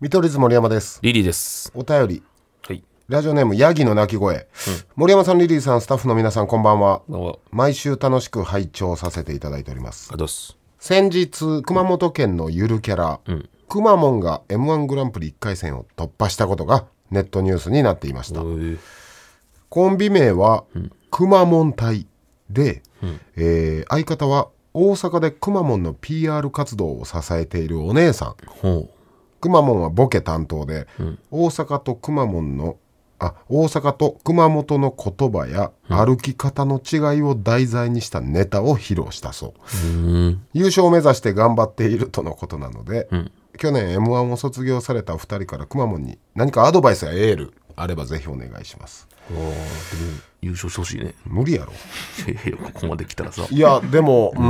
見取り図森山ですリリーです。お便りはい。ラジオネームヤギの鳴き声、森山さんリリーさんスタッフの皆さんこんばんはどうも。毎週楽しく拝聴させていただいておりますあどうす。先日熊本県のゆるキャラ、くまモンが m 1グランプリ1回戦を突破したことがネットニュースになっていましたうん。コンビ名はくまモン隊で、えー相方は大阪でくまモンの PR 活動を支えているお姉さんほくまモンはボケ担当で、大阪とくまモンのあ大阪と熊本の言葉や歩き方の違いを題材にしたネタを披露したそう、う。うん。優勝を目指して頑張っているとのことなので、ん去年 m 1を卒業された2人からくまモンに何かアドバイスやエールあればぜひお願いしますおーでも優勝してほしいね。無理やろいやいや、ここまで来たらさ。いやでもうー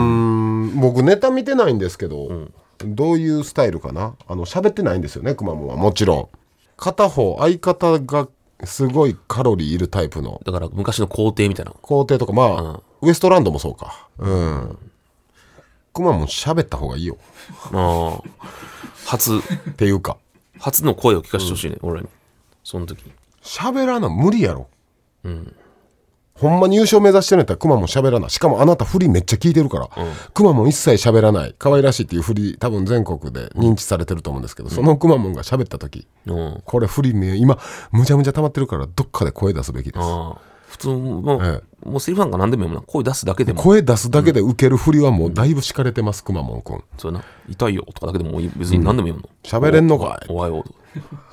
ん僕ネタ見てないんですけど、どういうスタイルかなあの喋ってないんですよねくまモンはもちろん片方相方がすごいカロリーいるタイプのだから昔の皇帝みたいな。皇帝とかまあ、ウエストランドもそうかうんくまモン喋った方がいいよああ。初、っていうか初の声を聞かせてほしいね、俺に。その時に。喋らな無理やろうんほんまに優勝目指してるんやったらくまモン喋らなしかもあなた振りめっちゃ聞いてるからくまモン一切喋らない可愛らしいっていう振り多分全国で認知されてると思うんですけど、そのくまモンが喋った時うん。これ振りね今むちゃむちゃ溜まってるからどっかで声出すべきですああ。普通の、えもうセリフなんか何でもいいもんな。声出すだけでも。声出すだけで受ける振りはもうだいぶ敷かれてますくまモンくんそうやな。痛いよとかだけでもいい別に何でもいいもんな。喋れんのかいおはようとか。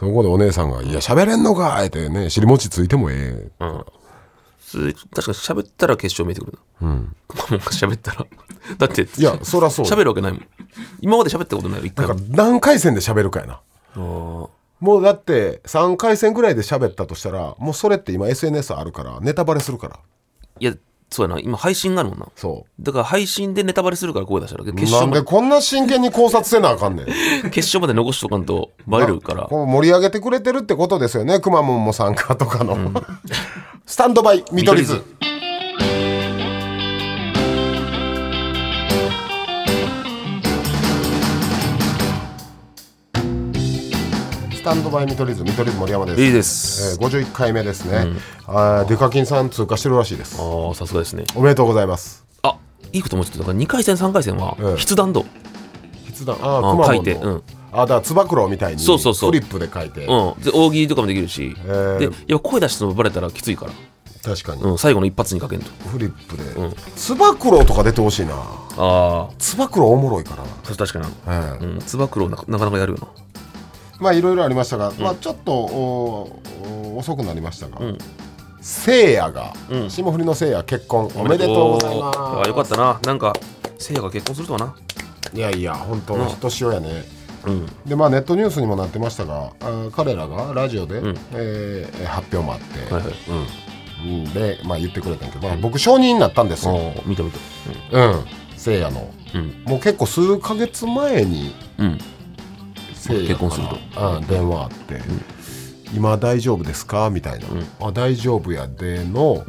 そこでお姉さんが「いや喋れんのかい!」ってね尻餅ついてもええそれ確か喋ったら決勝見えてくるな。うん。喋ったら。 だって、いやそらそう喋るわけないもん。今まで喋ったことないよ、一だ回かもら。何回戦で喋るかやなああ。もうだって3回戦ぐらいで喋ったとしたらもうそれって今 SNS あるからネタバレするからいや、そうやな、今配信があるもんな。そだから配信でネタバレするから声出したら、決うな勝んまでで、こんな真剣に考察せなあかんねん決勝まで残しとかんとバレるから。こう盛り上げてくれてるってことですよねくまモンも参加とかの、 スタンドバイ見取り図見取スタンドバイ見取り図見取り図森山ですいいでえーす。 51回目ですね、あーデカキンさん通過してるらしいですああ、さすがですね。おめでとうございますあいいこともちょっと、だから2回戦、3回戦はええ筆談度。筆談あああくま書モいンてうのんあだからつば九郎みたいにフそうそうそうリップで書いてうん。で、大喜利とかもできるし。えで、やっぱ声出してもバレたらきついから。確かにうん、最後の一発にかけんと。フリップでつば九郎とか出てほしいなああ、つば九郎おもろいからなそれ確かにな。ええうん、つば九郎ななかなかやるよな。まあいろいろありましたが、まあちょっとおお遅くなりましたが、せいやが、うん霜降りのせいや結婚おめでとうございますああ、よかったな。なんか、せいやが結婚するとはな。いやいや本当ひとしおやね、うん。でまあ、ネットニュースにもなってましたがあー彼らがラジオで、えー発表もあって、はいはい。うん。うんで、まあ、言ってくれたんやけど、まあ、僕承認になったんですよ、ああ、見た見た。うん、せいやのうん。もう結構数ヶ月前にうん。せいやから結婚するうん電話あって、今大丈夫ですか?」みたいな「あ大丈夫やで」の、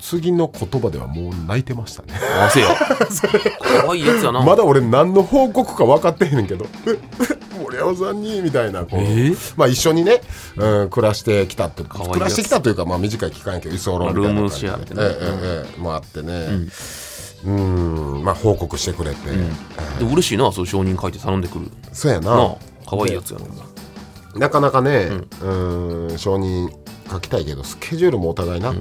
次の言葉ではもう泣いてましたねああ、せいや。かわいいやつやな。まだ俺何の報告か分かってへんねんけど「森山さんに」みたいなこう、ええまあ、一緒にね、うん、暮らしてきたってわいいやつ暮らしてきたというか、まあ、短い期間やけど居候みたいなまあルー感ムじシで、ェアっえてえねええええまああってねうんまあ報告してくれて、で嬉しいなそういう承認書いて頼んでくるそうやななあかわいいやつやななかなかね、うーん、承認書きたいけどスケジュールもお互いな、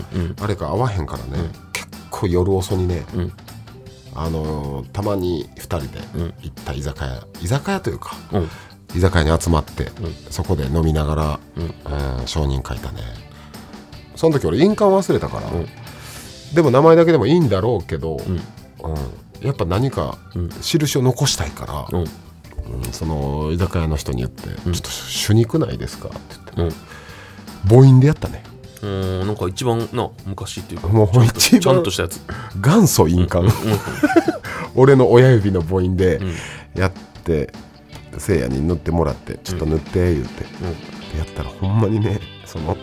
あれか合わへんからね、結構夜遅にね、んあのーたまに2人で行った居酒屋、居酒屋というかうん居酒屋に集まって、そこで飲みながら、うん承認書いたねその時俺印鑑忘れたから、でも名前だけでもいいんだろうけど、うんやっぱ何か印を残したいから、うんうんその居酒屋の人に言って「ちょっと主肉ないですか?」ってう言んって、母音でやったねうーんなんか一番な昔っていうかもうちゃんと一番ちゃんとしたやつ元祖印鑑、 俺の親指の母音でやって、せいやに塗ってもらって「ちょっと塗って」言って、でやったらほんまにねその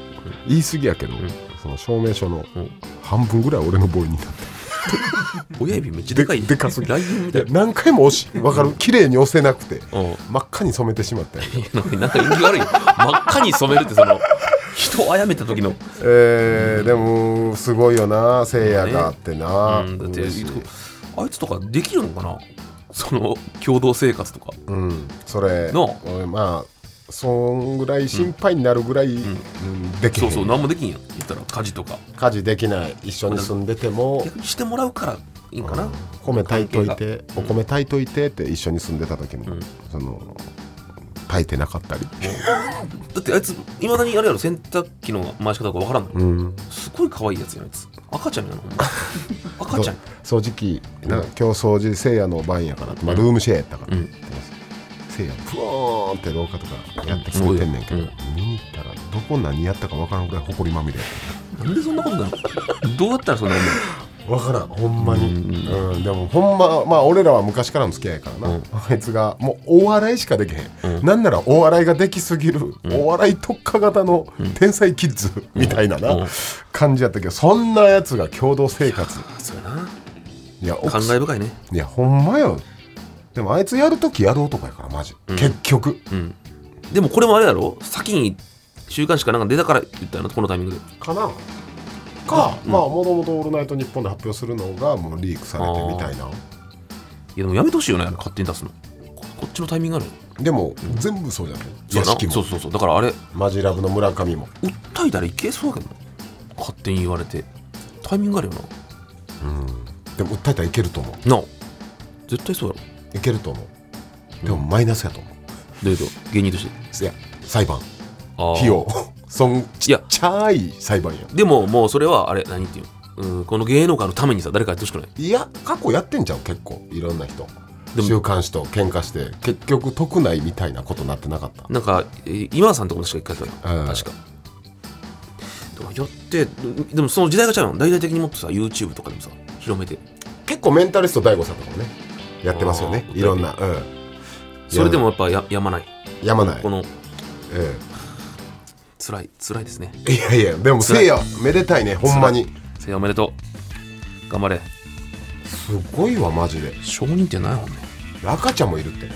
言い過ぎやけど、その証明書の半分ぐらい俺の母音になって親指めっちゃでかいででかすぎライオンみいたいや何回も押し分かる綺麗に押せなくてなうん真っ赤に染めてしまったよいやなんかなんか縁起悪いよ真っ赤に染めるってその人を殺めた時のえー、でもすごいよなせいやがあってな、うん、だって嬉しいあいつとかできるのかなその共同生活とかうん、それなあ俺まあそんぐらい心配になるぐらい、うんできへそんうそう何もできんやん言ったら家事とか家事できない一緒に住んでても、逆にしてもらうからいいんかな、うん米炊いとい関係てお米炊いといてって一緒に住んでた時も、うんその炊いてなかったり、だってあいついまだにあれやろ洗濯機の回し方とかわからんの、うん、すごい可愛いやつやんあいつ赤ちゃんやなほん ま赤ちゃん掃除機な今日掃除せいやの番やからって、まあ、ルームシェアやったから、うんせいやふわーんって廊下とかやってくれてんねんけど、うんす見に行ったらどこ何やったか分からんぐらい埃まみれやったなんでそんなことなのどうやったらそんなことなの分からんほんまに、うんうんでもほんままあ俺らは昔からの付き合いやからな、うんあいつがもうお笑いしかできへん、うんなんならお笑いができすぎる、うんお笑い特化型の天才キッズみたいなな、うん感じやったけどそんなやつが共同生活あそうやないや奥感さん慨深いねいやほんまよでもあいつやるときやる男やからマジ、うん結局うんでもこれもあれだろ先に週刊誌かなんか出たから言ったよなこのタイミングでかなか、まあもともと「オールナイトニッポン」で発表するのがもうリークされてみたいないやでもやめてほしいよねあれ勝手に出すのここっちのタイミングあるのでも全部そうじゃないそう屋やな敷もそうそうそうだからあれマジラブの村上も訴えたらいけそうだけどな勝手に言われてタイミングあるよでも訴えたらいけると思うななあ絶対そうやろいけると思うでもマイナスやと思う、どういうこと芸人としていや裁判あー費用 そんいやちゃい裁判やでももうそれはあれ何っていうのうんこの芸能界のためにさ誰かやってほしくないいや過去やってんじゃん結構いろんな人でも週刊誌と喧嘩して結局得ないみたいなことになってなかったなんかえー今田さんとかも確か一回やったうよん確かでもやってででもその時代が違うの大々的にもっとさ YouTube とかでもさ広めて結構メンタリスト大悟さんとかもねやってますよねあーいろんな、うん、それでもやっぱややまないやまないこ、のえ辛い辛いですねえいやいやでも辛いせいやめでたいねほんまにせいやおめでとう頑張れすごいわマジで承認ってないもんね赤ちゃんもいるって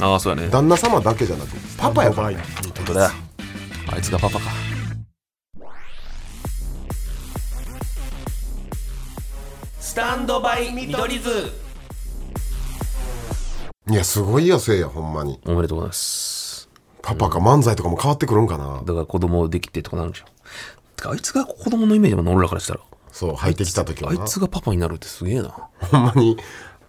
ああそうやね旦那様だけじゃなくパパやからね本当だよあいつがパパかスタンドバイ見取り図いやすごいよせいやほんまにおめでとうございますパパか漫才とかも変わってくるんかなだから子供できてとかなるでしょてかあいつが子供のイメージも俺らからしたらそう入ってきた時はあいなつがパパになるってすげえなほんまに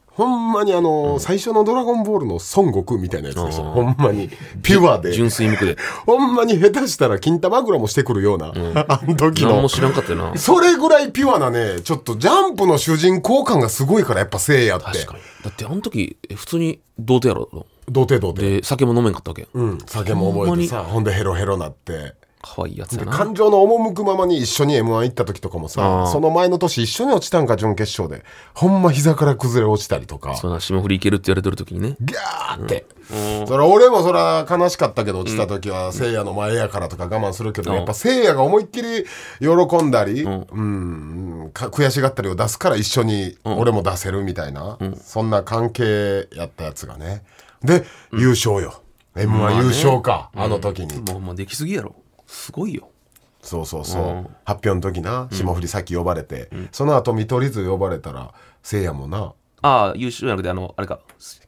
ほんまにあのー最初の「ドラゴンボール」の孫悟空みたいなやつでしたうんほんまにピュアで純粋無 垢でほんまに下手したら金玉ぐらもしてくるような、あの時何のも知らんかったよなそれぐらいピュアなねちょっとジャンプの主人公感がすごいからやっぱせいやって 確かにだってあの時え普通に童貞やろ童貞童貞で酒も飲めんかったわけうん酒もほん覚えまにてさほんでヘロヘロなって可愛いやつやでな感情の赴くままに一緒に m 1行った時とかもあさーその前の年一緒に落ちたんか準決勝でほんま膝から崩れ落ちたりとかそうやな霜降りいけるって言われてる時にねギャーって、それ俺もそら悲しかったけど落ちた時はせいやの前やからとか我慢するけど、うんやっぱせいやが思いっきり喜んだり、うんか悔しがったりを出すから一緒に俺も出せるみたいな、そんな関係やったやつがねで、優勝よ m 1優勝か、あの時に、もうもうできすぎやろすごいよそうそうそう、発表の時な霜降り先呼ばれて、その後見取り図呼ばれたらせいやもなああ優秀じゃなくてあのあれか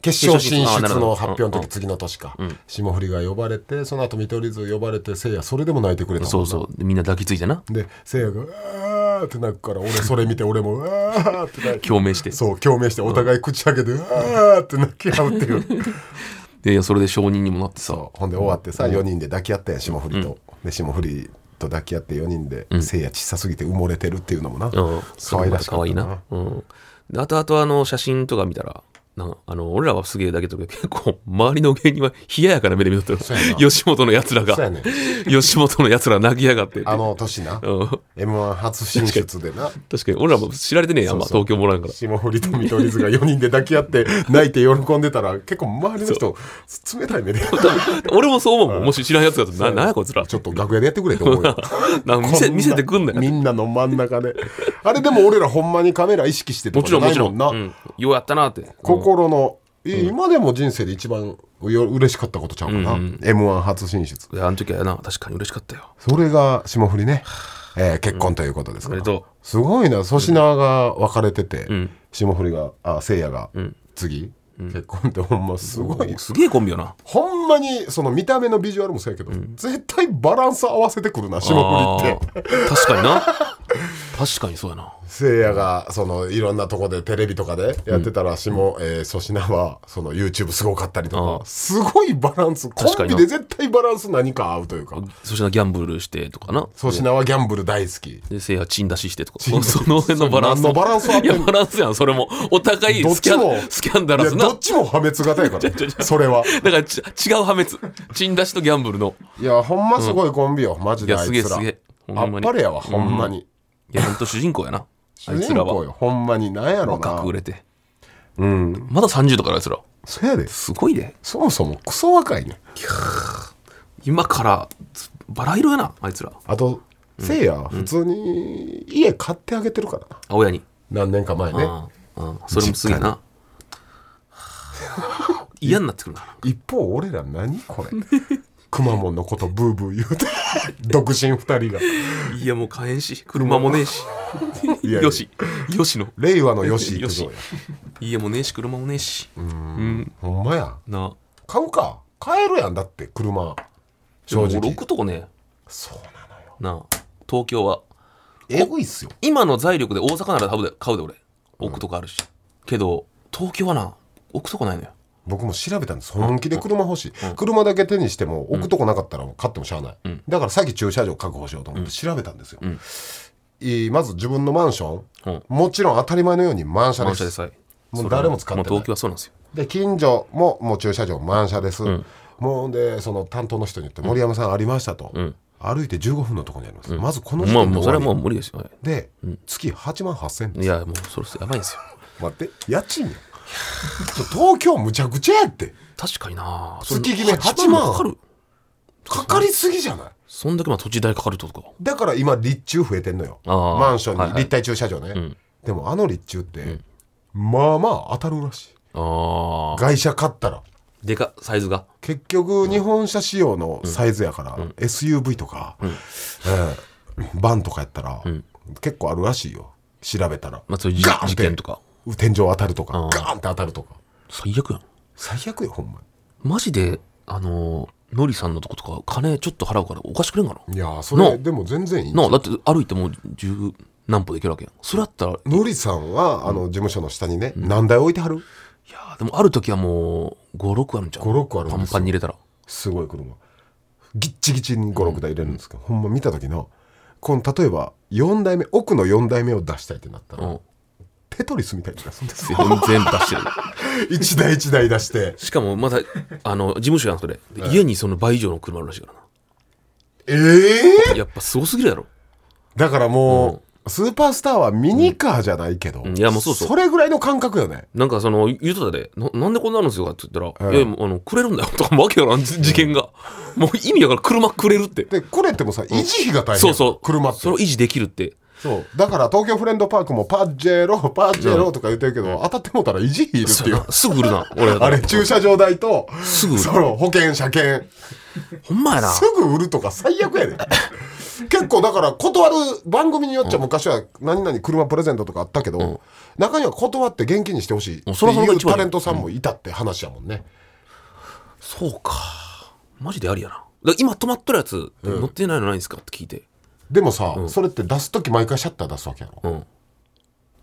決勝進ああ出なるほのど発表の時次の年か、霜降りが呼ばれてその後見取り図呼ばれてせいやそれでも泣いてくれたもんなそうそうでみんな抱きついてなでせいやが「あー」って泣くから俺それ見て俺も「あー」って泣いて共鳴してそう共鳴してお互い口開けて「あー」って泣き合うっていうでそれで証人にもなってさほんで終わってさ4人で抱き合ったやん霜降りと、で霜降りと抱き合って4人で、せいや小さすぎて埋もれてるっていうのもな、うん可愛らしか可っ愛たいなうんであとあとあの写真とか見たらなんかあの俺らはすげえだけど結構周りの芸人は冷ややかな目で見とったうやなよ吉本のやつら そうやねが、ん吉本のやつら泣きやがってあの年な、うん m 1初進出でな確かに俺らも知られてねえやんあんま東京もらえんから霜降りと見取り図が4人で抱き合っ て泣いて喜んでたら結構周りの人冷たい目で 俺もそう思うもんもし知らんやつだとななんやこいつら ちょっと楽屋でやってくれと思うよなんか見せ見せてくんなよみんなの真ん中であれでも俺らほんまにカメラ意識してともかちじゃろんないもちな、ろん、うん、ようやったなって心の、い今でも人生で一番うよ嬉しかったことちゃうかな、うんう m 1初進出いやあの時はな確かに嬉しかったよそれが霜降りね、えー結婚ということですおかめら、でとすごいな粗品が別れてて、ん霜降りがあせいやが、ん次、結婚ってほんますうごいおすげえコンビよなほんまにその見た目のビジュアルもそうやけど、絶対バランス合わせてくるな霜降りってあー確かにな確かにそうやなせいやがそのいろんなとこでテレビとかでやってたら霜、えー粗品はその YouTube すごかったりとあかあすごいバランス確コかンビになで絶対バランス何か合うというかそしてギャンブルしてとかな粗品はギャンブル大好きでせいやチン出ししてとかチン出しその辺のバランスそれ何のバランス合っいてんのやバランスやんそれもお互いどっスキちもャンスキャンダいラやスなどっちも破滅型や からそれはだからち違う破滅チン出しとギャンブルのいやほんますごいコンビよ、マジでいやあいすげえつらすげえほんあまっにぱれやわほんまに、いやほんと主人公やなあい主つ人ら公はよほんまになんやろ若なく売れてうんまだ30とかだよあいつらそやですごいねそもそもクソ若いね今からつバラ色やなあいつらあと、せいや普通に家買ってあげてるからなあ親に何年か前ねああああそれもすげえな嫌になってくるな一方俺ら何これ くまモンのことブーブー言うて 独身二人 がいやもう買えんし車もねえしいやよしよしの令和のよし行よくぞしや家もねえし車もねえしうんほんまやな買うか買えるやんだって車正でも直俺置くとこねそうなのよなあ東京はえぐいっすよ今の財力で大阪なら買うで買うで俺置くとこあるし、けど東京はな置くとこないのよ僕も調べたんです本気で車欲しい、車だけ手にしても置くとこなかったら買ってもしゃあない、だから先駐車場確保しようと思って調べたんですよ、いいまず自分のマンション、うんもちろん当たり前のように満車で満す車でさえもう誰も使ってないそれはもう東京はそうなんですよで近所ももう駐車場満車です、もうでその担当の人に言って「森山さんありましたと」歩いて15分のところにあります、まずこの時まあ点でもうそ終れわはり、もう無理ですよ、はで、月8万8000円い、いやもうそろそろやばいんですよ待って家賃や ちょ東京むちゃくちゃやって確かにな月決めそれ8万かかるかかりすぎじゃないそんだけまあ土地代かかるってことかだから今立中増えてんのよあーマンションに、はいはい立体駐車場ね、でもあの立中って、まあまあ当たるらしいああ外車買ったらでかサイズが結局日本車仕様のサイズやから、SUV とか、えーバンとかやったら、結構あるらしいよ調べたら、まあそういう事ガーンって事件とか天井当たるとかあーガーンって当たるとか最悪やん最悪よほんまマジであのーのりさんのとことか金ちょっと払うからおかしくれんかなにいやーそれなあでも全然いいなあだって歩いてもう十何歩できるわけやんそれやったらいのりさんはあの事務所の下にね、何台置いてはるやーでもある時はもう56あるんちゃう五六あるんですパよンパンに入れたらすごい車ギッチギチに56台入れるんですけど、ほんま見た時のこの例えば4台目奥の4台目を出したいってなったら、うんテトリスみたいに出すんです全然出 してる 1台1台出 してしかもまだあの事務所やんそれで家にその倍以上の車あるらしいからなええやっぱすごすぎるやろだからもう、スーパースターはミニカーじゃないけど、んいやもうそうそうそれぐらいの感覚よねなんかその言うとったでななんでこんなのんですよって言ったら、いやもうあのくれるんだよ とかもわけよらんじ事件が、もう意味だから車くれるってでこれってもさ維持費が大変やん、そうそう車ってそれを維持できるってそうだから東京フレンドパークもパッジェロパッジェロとか言ってるけど、当たってもうたら維持費いるっていうそうやなすぐ売るな俺だったあられ駐車場代とすぐ売るその保険車検ほんまやなすぐ売るとか最悪 やで結構だから断る番組によっちゃ昔は何々車プレゼントとかあったけど、中には断って現金にしてほしいってうんそれはそれいがう一番タレントさんもいたって話やもんね、そうかマジでありやなだから今止まっとるやつ乗ってないのないんですかって聞いてでもさ、それって出す時毎回シャッター出すわけやろうん分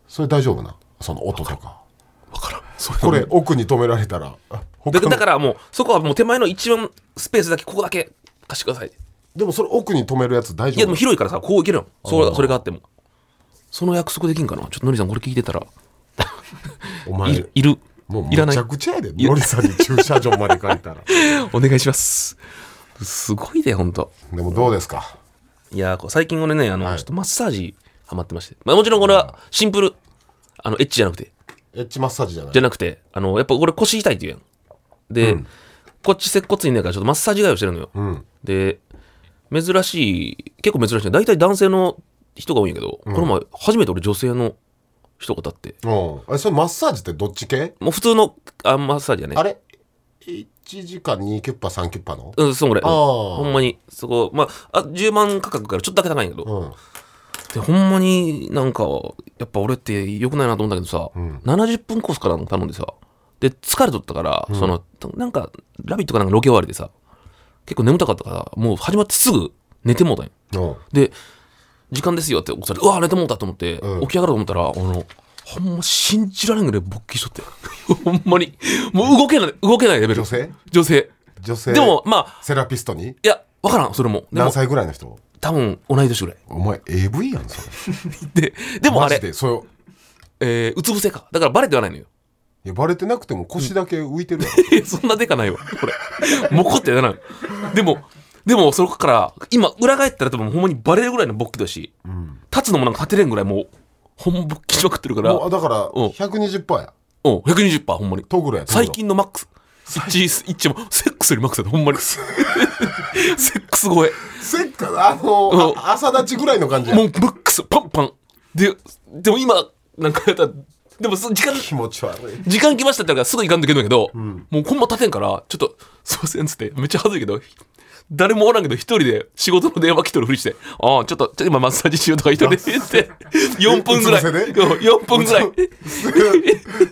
それ大丈夫なその音とかからんそういうのこれ奥に止められたらあ他だのだからもうそこはもう手前の一番スペースだけここだけ貸してくださいでもそれ奥に止めるやつ大いや丈でも夫広いからさこう行けるやんそそれがあってもその約束できんかなちょっとのりさんこれ聞いてたらおい前るいるもうむいらないちゃくちゃやでノリさんに駐車場まで書い たらお願いしますすごいでほんとでもどうですかいやーこう最近俺ねあの、はいちょっとマッサージハマってまして、まあ、もちろんこれはシンプルあのエッチじゃなくてエッジマッサージじゃないじゃなくてあのやっぱ俺腰痛いって言うやんで、こっち接骨院だからちょっとマッサージ通いをしてるのよ、で珍しい結構珍しい大体男性の人が多いんやけど、この前初めて俺女性の人が立ってうんあれそれマッサージってどっち系もう普通のあマッサージやねあれ1時間2キュッパ3キュッパのうんそんぐらい、うんあーほんまにそこまああ10万価格からちょっとだけ高いんやけど、うんでほんまになんかやっぱ俺って良くないなと思ったけどさ、うん70分コースからの頼んでさで疲れとったから、そのなんか「ラビット!」かなんかロケ終わりでさ結構眠たかったからもう始まってすぐ寝てもうたんようんで時間ですよって起こされてうわ寝てもうたと思って、うん起き上がろうと思ったらあのほんま信じられんぐらい勃起しとって ほんまにもう動けない動けないレベル女性女性女性でもまあセラピストにいやわからんそれもでも何歳ぐらいの人多分同い年ぐらいお前 AV やんそれででもあマジれでそれえーうつ伏せかだからバレてはないのよ いやバレてなくても腰だけ浮いてるやんいやそんなでかないわ、これ。 もこってやらない。でも、でも、そこから、今、裏返ったら多分、ほんまにバレるぐらいの勃起だし、立つのもなんか立てれんぐらい、もう、ほんま勃起しまくってるから、もうだからうん120%やうん、120%、ほんまに。トグロやトグロ最近のマックス。一一も、セックスよりマックスだと、ほんまに。セ ックス超え。せっかあのあ朝立ちぐらいの感じやもう、マックス、パンパン。で、でも今、なんかやったら、でも、そ時間、気持ち悪い時間来ましたって言ったからすぐ行かんといけんだけど、もうほんま立てんから、ちょっと、すいませんっつって、めっちゃ恥ずいけど、誰もおらんけど、一人で仕事の電話来とるふりして、ああ、ちょっと、ちょっと今マッサージしようとか一人で言って、4分 ぐらい、うつ伏せで4分ぐらい、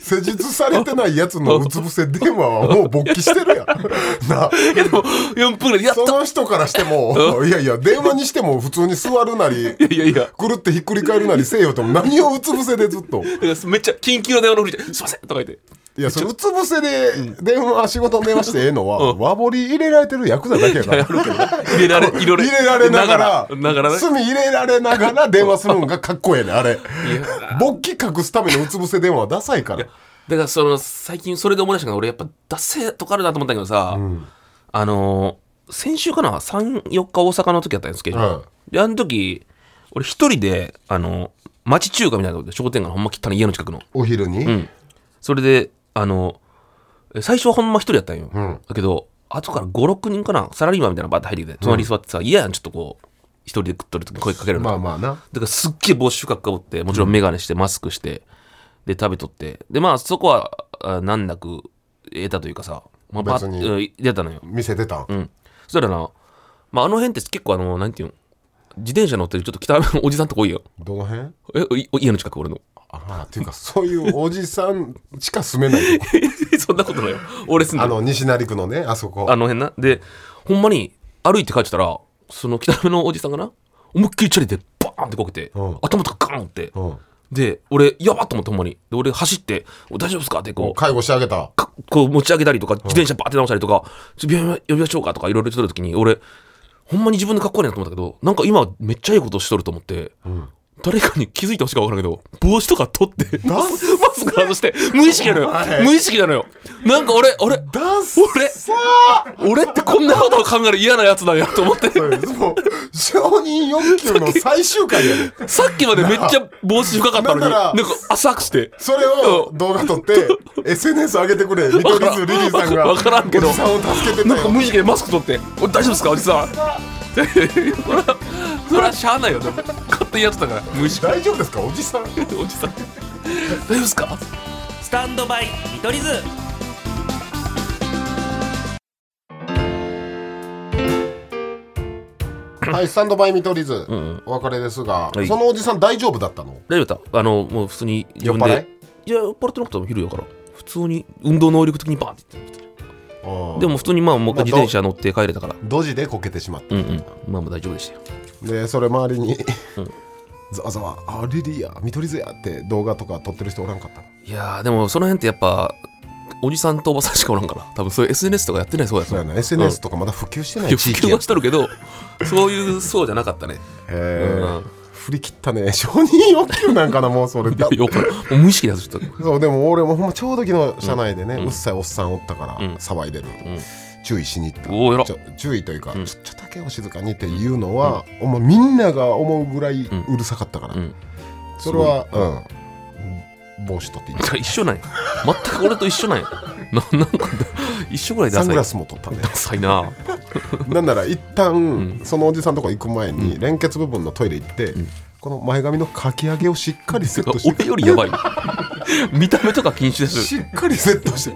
施術されてないやつのうつ伏せ電話はもう勃起してるやんなあいや でも4分ぐらいでやっそと、の人からしても いやいや電話にしても普通に座るなり いやいやいや、くるってひっくり返るなりせえよとも何をうつ伏せでずっとだからめっちゃ緊急の電話のふりして、すいませんとか言 って、いやそれうつ伏せで電話仕事の電話してええのは和彫り入れられてるヤクザだけやから入れられ、いろいろ入れられながら、ながらね。炭入れられながら電話するのがかっこええね、あれや。勃起隠すためのうつ伏せ電話はダサいから。だからその最近それで思い出したけど俺やっぱ脱せとかあるなと思ったんやけどさ、あのー先週かな34日大阪の時やったんですけど、うんであの時俺一人であの町中華みたいなとこで商店街のほんま汚い家の近くのお昼に、んそれであのえ最初はほんま一人やったんよ、んだけど後から56人かなサラリーマンみたいなのバーって入ってきて隣に座ってさ、嫌やんちょっとこう一人で食っとる時に声かけられるのまあまあな。だからすっげえ帽子深くかぶって、もちろん眼鏡して、マスクして、で、食べとって。で、まあ、そこは、あ難なく得たというかさ、まあ、パ別ッにうん出たのよ。見せてたん。うん。そしたらな、まあ、あの辺って結構、あの、なんていうの、自転車乗ってるちょっと北 のおじさんとこ多いよ。どの辺え、おいお家の近く、俺の。 ああ、っていうか、そういうおじさんしか住めないとこ。そんなことないよ。俺住んでるあの、西成区のね、あそあこ。の辺な。で、ほんまに歩いて帰ってたら、その北目のおじさんがな、思いっきりチャリでバーンってこけて、うん頭とかガーンって。うんで、俺、やばっと思って、ほんまに。で、俺走って、お大丈夫ですかってこう、介護してあげた。かこう持ち上げたりとか、自転車バーって直したりとか、ちょ病院呼びましょうかとかいろいろ言ってた時に、俺、ほんまに自分でかっこいいなと思ったけど、なんか今めっちゃいいことしとると思って、誰かに気づいてほしいか分からんけど、帽子とか取って、マスマスク外して、無意識なのよお前。無意識なのよ。なんか俺、俺、ダンス俺、さあ俺ってこんなことを考える嫌なやつなんやと思って、もう、承認欲求の最終回やねさっきまでめっちゃ帽子深かったのに、なんなならんか浅くして。それを動画撮って SNS 上げてくれ見取り図リリーさんがわからんけどおじさんを助けてたなんかよ無意識でマスク取って「お大丈夫ですかおじ さん」そらそらしゃあないよでも勝手にやってたから無意識大丈夫ですかおじさんでおじさん大丈夫ですかスタンドバイ見取り図はいスタンドバイ見取り図、んお別れですが、はいそのおじさん大丈夫だったの大丈夫だったあのもう普通に自分酔っ払でいや酔っ払ってなくても昼やから普通に運動能力的にバーンって言ってでもも普通にまあもう一まあ回自転車乗って帰れたからドジでこけてしまったうんうんまあまあ大丈夫でしたよでそれ周りにうんざわざわ「あリリーや見取り図や」って動画とか撮ってる人おらんかったのいやーでもその辺ってやっぱおじさんとおばさんしかおらんから多分そういう SNS とかやってないそうやとそう思やうな SNS とかまだ普及してない普地域及やはしとるけどそういうそうじゃなかったねへえうん振り切ったね 承認欲求なんかなもうそれだ よくもう無意識で外してたそうでも俺もほんまちょうど昨日車内でね、うっさいおっさんおったからうん騒いでる、ん注意しに行ったおー偉っちょ注意というか、ちょちょっとだけお静かにっていうのは、ほんまみんなが思うぐらいうるさかったから、うんそれはうん帽子取っていい一緒なんや全く俺と一緒なんやななんか一緒ぐらいダサンサグいラスも取っ たねダサいななんなら一旦、そのおじさんとこ行く前に、連結部分のトイレ行って、この前髪のかき上げをしっかりセットして俺よりやばい見た目とか禁止ですしっかりセットして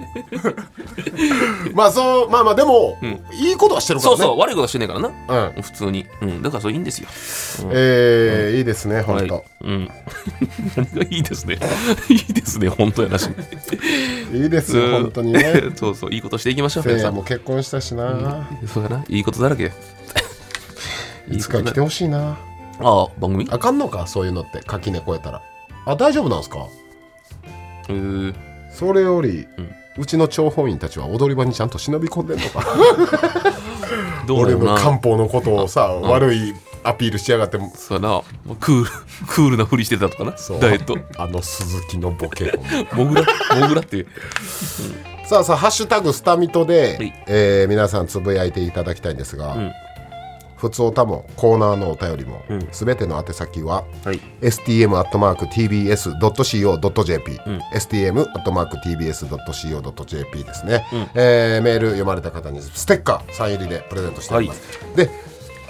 まあそうまあまあでも、うんいいことはしてるからそうねそう悪いことはしてないからなうん普通に、うん、だからそれいいんですよえーいいですね本当、はいうん 何がいいですねいいですね本当やなしい、いですよ本 当にねうんそうそういいことしていきましょうせい皆やさもん結婚したしな、そうだないいことだらけいつか来てあほしいなあ番組あかんのかそういうのって垣根越えたらあ大丈夫なんですかえーそれより、ううんちの諜報員たちは踊り場にちゃんと忍び込んでんの かどうな俺るのな漢方のことをさ、悪いアピールしやがってもそうやなもうクール クールなふりしてたとかなそうダイエットあの鈴木のボケをモグラモグラっていうさあさあ「ハッシュタグスタミトで」はいえー皆さんつぶやいていただきたいんですが、うんふつおたもコーナーのお便りも、うんすべての宛先ははい stm.tbs.co.jp、ん stm.tbs.co.jp ですね、えーメール読まれた方にステッカーサイン入りでプレゼントしております、で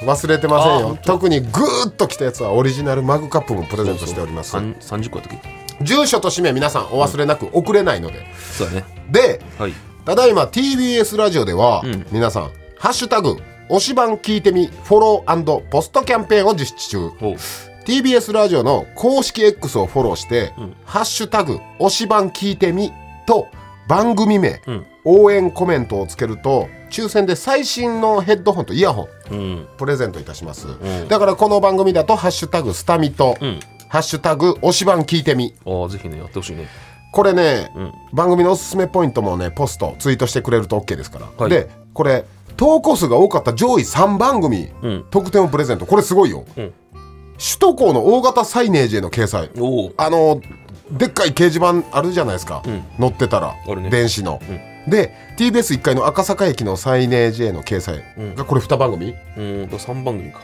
忘れてませんあよ特にグーッときたやつはオリジナルマグカップもプレゼントしておりますさん30個やったっけ住所と氏名皆さんお忘れなく送れないので、そうだねではいただいま TBS ラジオでは、ん皆さん「ハッシュタグ推し番聞いてみフォローポストキャンペーン」を実施中おう TBS ラジオの公式 X をフォローして「うんハッシュタグ推し番聞いてみ」と番組名、うん応援コメントをつけると抽選で最新のヘッドホンとイヤホンうんプレゼントいたします、んだからこの番組だと「ハッシュタグスタミと」うんハッシュタグ推し番聞いてみ」ああぜひねやってほしいねこれね、うん番組のおすすめポイントもねポストツイートしてくれると OK ですから、はいでこれ投稿数が多かった上位3番組、うん特典をプレゼントこれすごいよ、うん首都高の大型サイネージへの掲載おおあのでっかい掲示板あるじゃないですか、ん乗ってたら、あるね電子の、で TBS1 階の赤坂駅のサイネージへの掲載がこれ2番組、うんと3番組か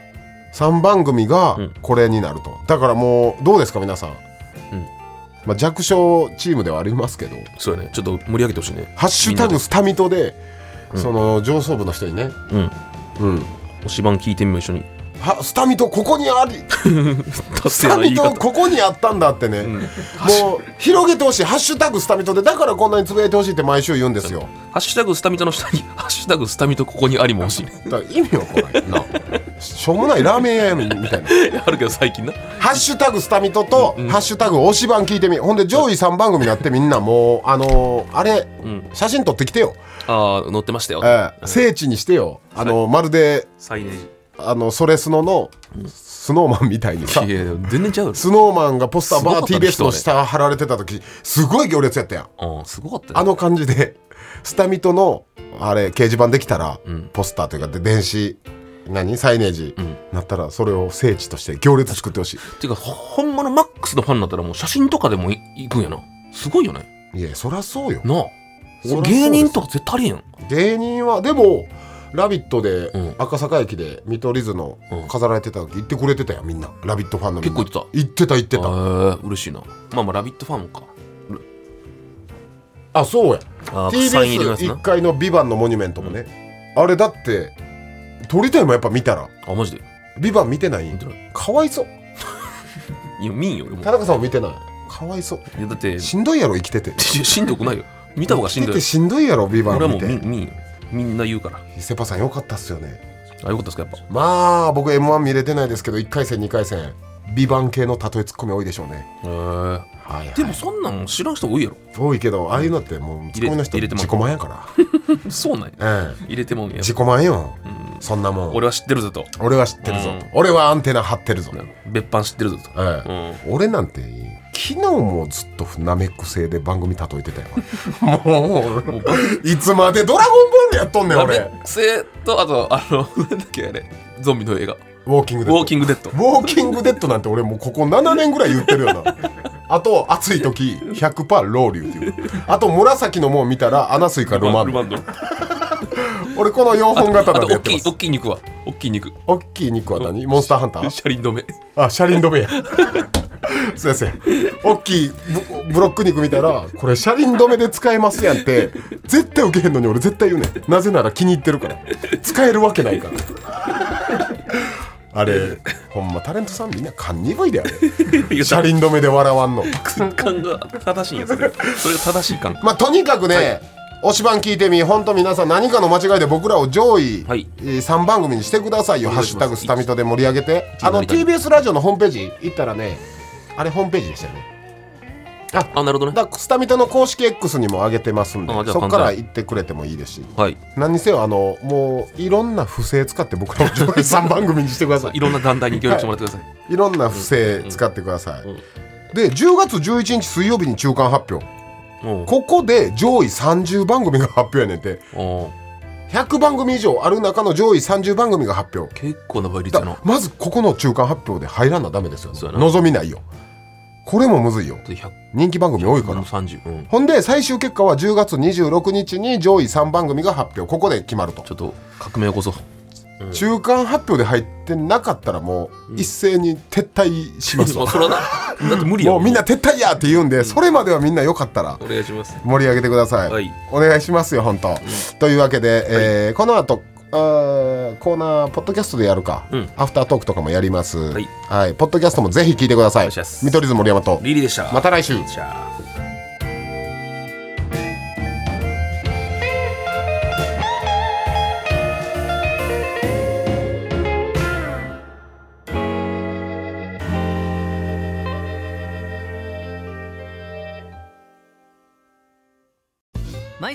3番組がうんこれになると、だからもうどうですか皆さん、まあ、弱小チームではありますけどそうやねちょっと盛り上げてほしいねハッシュタグスタミトで、その上層部の人にね、ううんん、推し番聞いてみよう一緒にはスタミトここにあり、ス達成タな言ミいト方ここにあったんだってね、もう広げてほしい、ハッシュタグスタミトで、だからこんなにつぶやいてほしいって毎週言うんですよ。ハッシュタグスタミトの下に、ハッシュタグスタミトここにありも欲しいね。だから意味わからんな、しょうもないラーメン屋やみたいな、あるけど最近な。ハッシュタグスタミトと、ハッシュタグ推し番聞いてみ、ほんで上位3番組になって、みんなもう、あのーあれ、ん写真撮ってきてよ、ああ、載ってましたよ。ええ聖地にしてよ、あのまるでサイネージ。あのソレスノのスノーマンみたいにさいやいや、全然ちゃうよ。スノーマンがポスターバーすごかったね TBS の下貼られてた時すごい行列やったやんああ、すごかったあよ。の感じでスタミトのあれ掲示板できたら、んポスターというかで電子何サイネージ、んなったらそれを聖地として行列作ってほしていうか、ほんまのマックスのファンだったらもう写真とかでもい行くんやな。すごいよね。いいやそりゃそうよなあ。そりゃそうです芸人とか絶対ありえん。芸人はでも「ラビット!」でうん赤坂駅で見取り図の飾られてた時行ってくれてたよみんな「ラビット!」ファンのみんな結構行ってた行ってた行ってたああ、嬉しいな。まあまあ、ラビットファンもか。あそうやああ、サイン入りのやつ TBS1 な。階の「ビバンのモニュメントもね、あれだって撮りたいもんやっぱ見たらあ、マジで。 「ビバン見てない見てないかわいそういや、見んよ、俺も。い田中さんも見てないかわいそうや、だって、 ししんどいやろ生きててしんどくないよ。見た方がしん生きどていて。しんどいやろ「ビバ俺はンも見う見て見んよ。みんな言うから。セパさんよかったっすよねあ、よかったですか、やっぱ。まあ僕 m 1見れてないですけど1回戦2回戦「ビバン系の例えツッコミ多いでしょうねへえ。はい、はい、でもそんなん知らん人多いやろ。多いけどああいうのってもうツッコミの人入れて自入れて己満やかそうなんや。 らええ入れてもんや。自己満よ、そんなもん俺俺は知ってるぞと。は知ってるぞ、うん俺はアンテナ張ってるぞ、別班知ってるぞと。 ええうん。俺なんて昨日もずっとナメック星で番組例えて たよもういつまで「ドラゴンボール」やっとんねんラ俺ベセと、あと、あの、 なんだっけあれ、ゾンビの映画。ウォーキングウデッドォーキングデッド。ウォーキングデッドなんて俺もうここ7年ぐらい言ってる よなあと暑い時100%ロウリュウっていうあと紫のもん見たら穴水かロマンドンド。あ俺この4本と、型でや大ってきまい、す大きい肉は。大きい肉。おっきい肉は何モンスターハンター車輪止め。あ車輪止めやそうやそうや大きいブブロック肉見たらこれ車輪止めで使えますやんって絶対受けへんのに俺絶対言うねんなぜなら気に入ってるから使えるわけないからあれほんまタレントさんみんな勘鈍いであ 言れうた車輪止めで笑わんの感が正しいんやそれそれが正しい感まあとにかくね、推し番聞いてみ本当皆さん何かの間違いで僕らを上位、はいえー3番組にしてくださいよ「おハ願ッいしシュますタグスタミト」で盛り上げてあの一番 TBS ラジオのホームページ行ったらねあれホームページでしたよねあなるほどねだからスタミトの公式 X にも上げてますんであじゃそあこ簡単から行ってくれてもいいですしはい何にせよあのもういろんな不正使って僕らを上位3番 組にしてくださいいろんな団体に協力してもらってください、いろんな不正使ってください、んうんで10月11日水曜日に中間発表おうここで上位30番組が発表やねんておう100番組以上ある中の上位30番組が発表結構な倍率だやなまずここの中間発表で入らなダメですよねそうやな望みないよこれもむずいよで100人気番組多いから30、うん、ほんで最終結果は10月26日に上位3番組が発表ここで決まるとちょっと革命起こそう中間発表で入ってなかったらもう一斉に撤退しますもわ う それはなだって無理やもうみんな撤退やって言うんでそれまではみんなよかったらお願いします盛り上げてください、はいお願いしますよ本当、というわけで、えーこの後あーコーナーポッドキャストでやるか、うん、アフタートークとかもやりますはいポッドキャストもぜひ聞いてください願いします見取り図森山とリリーでしたまた来週じゃあ毎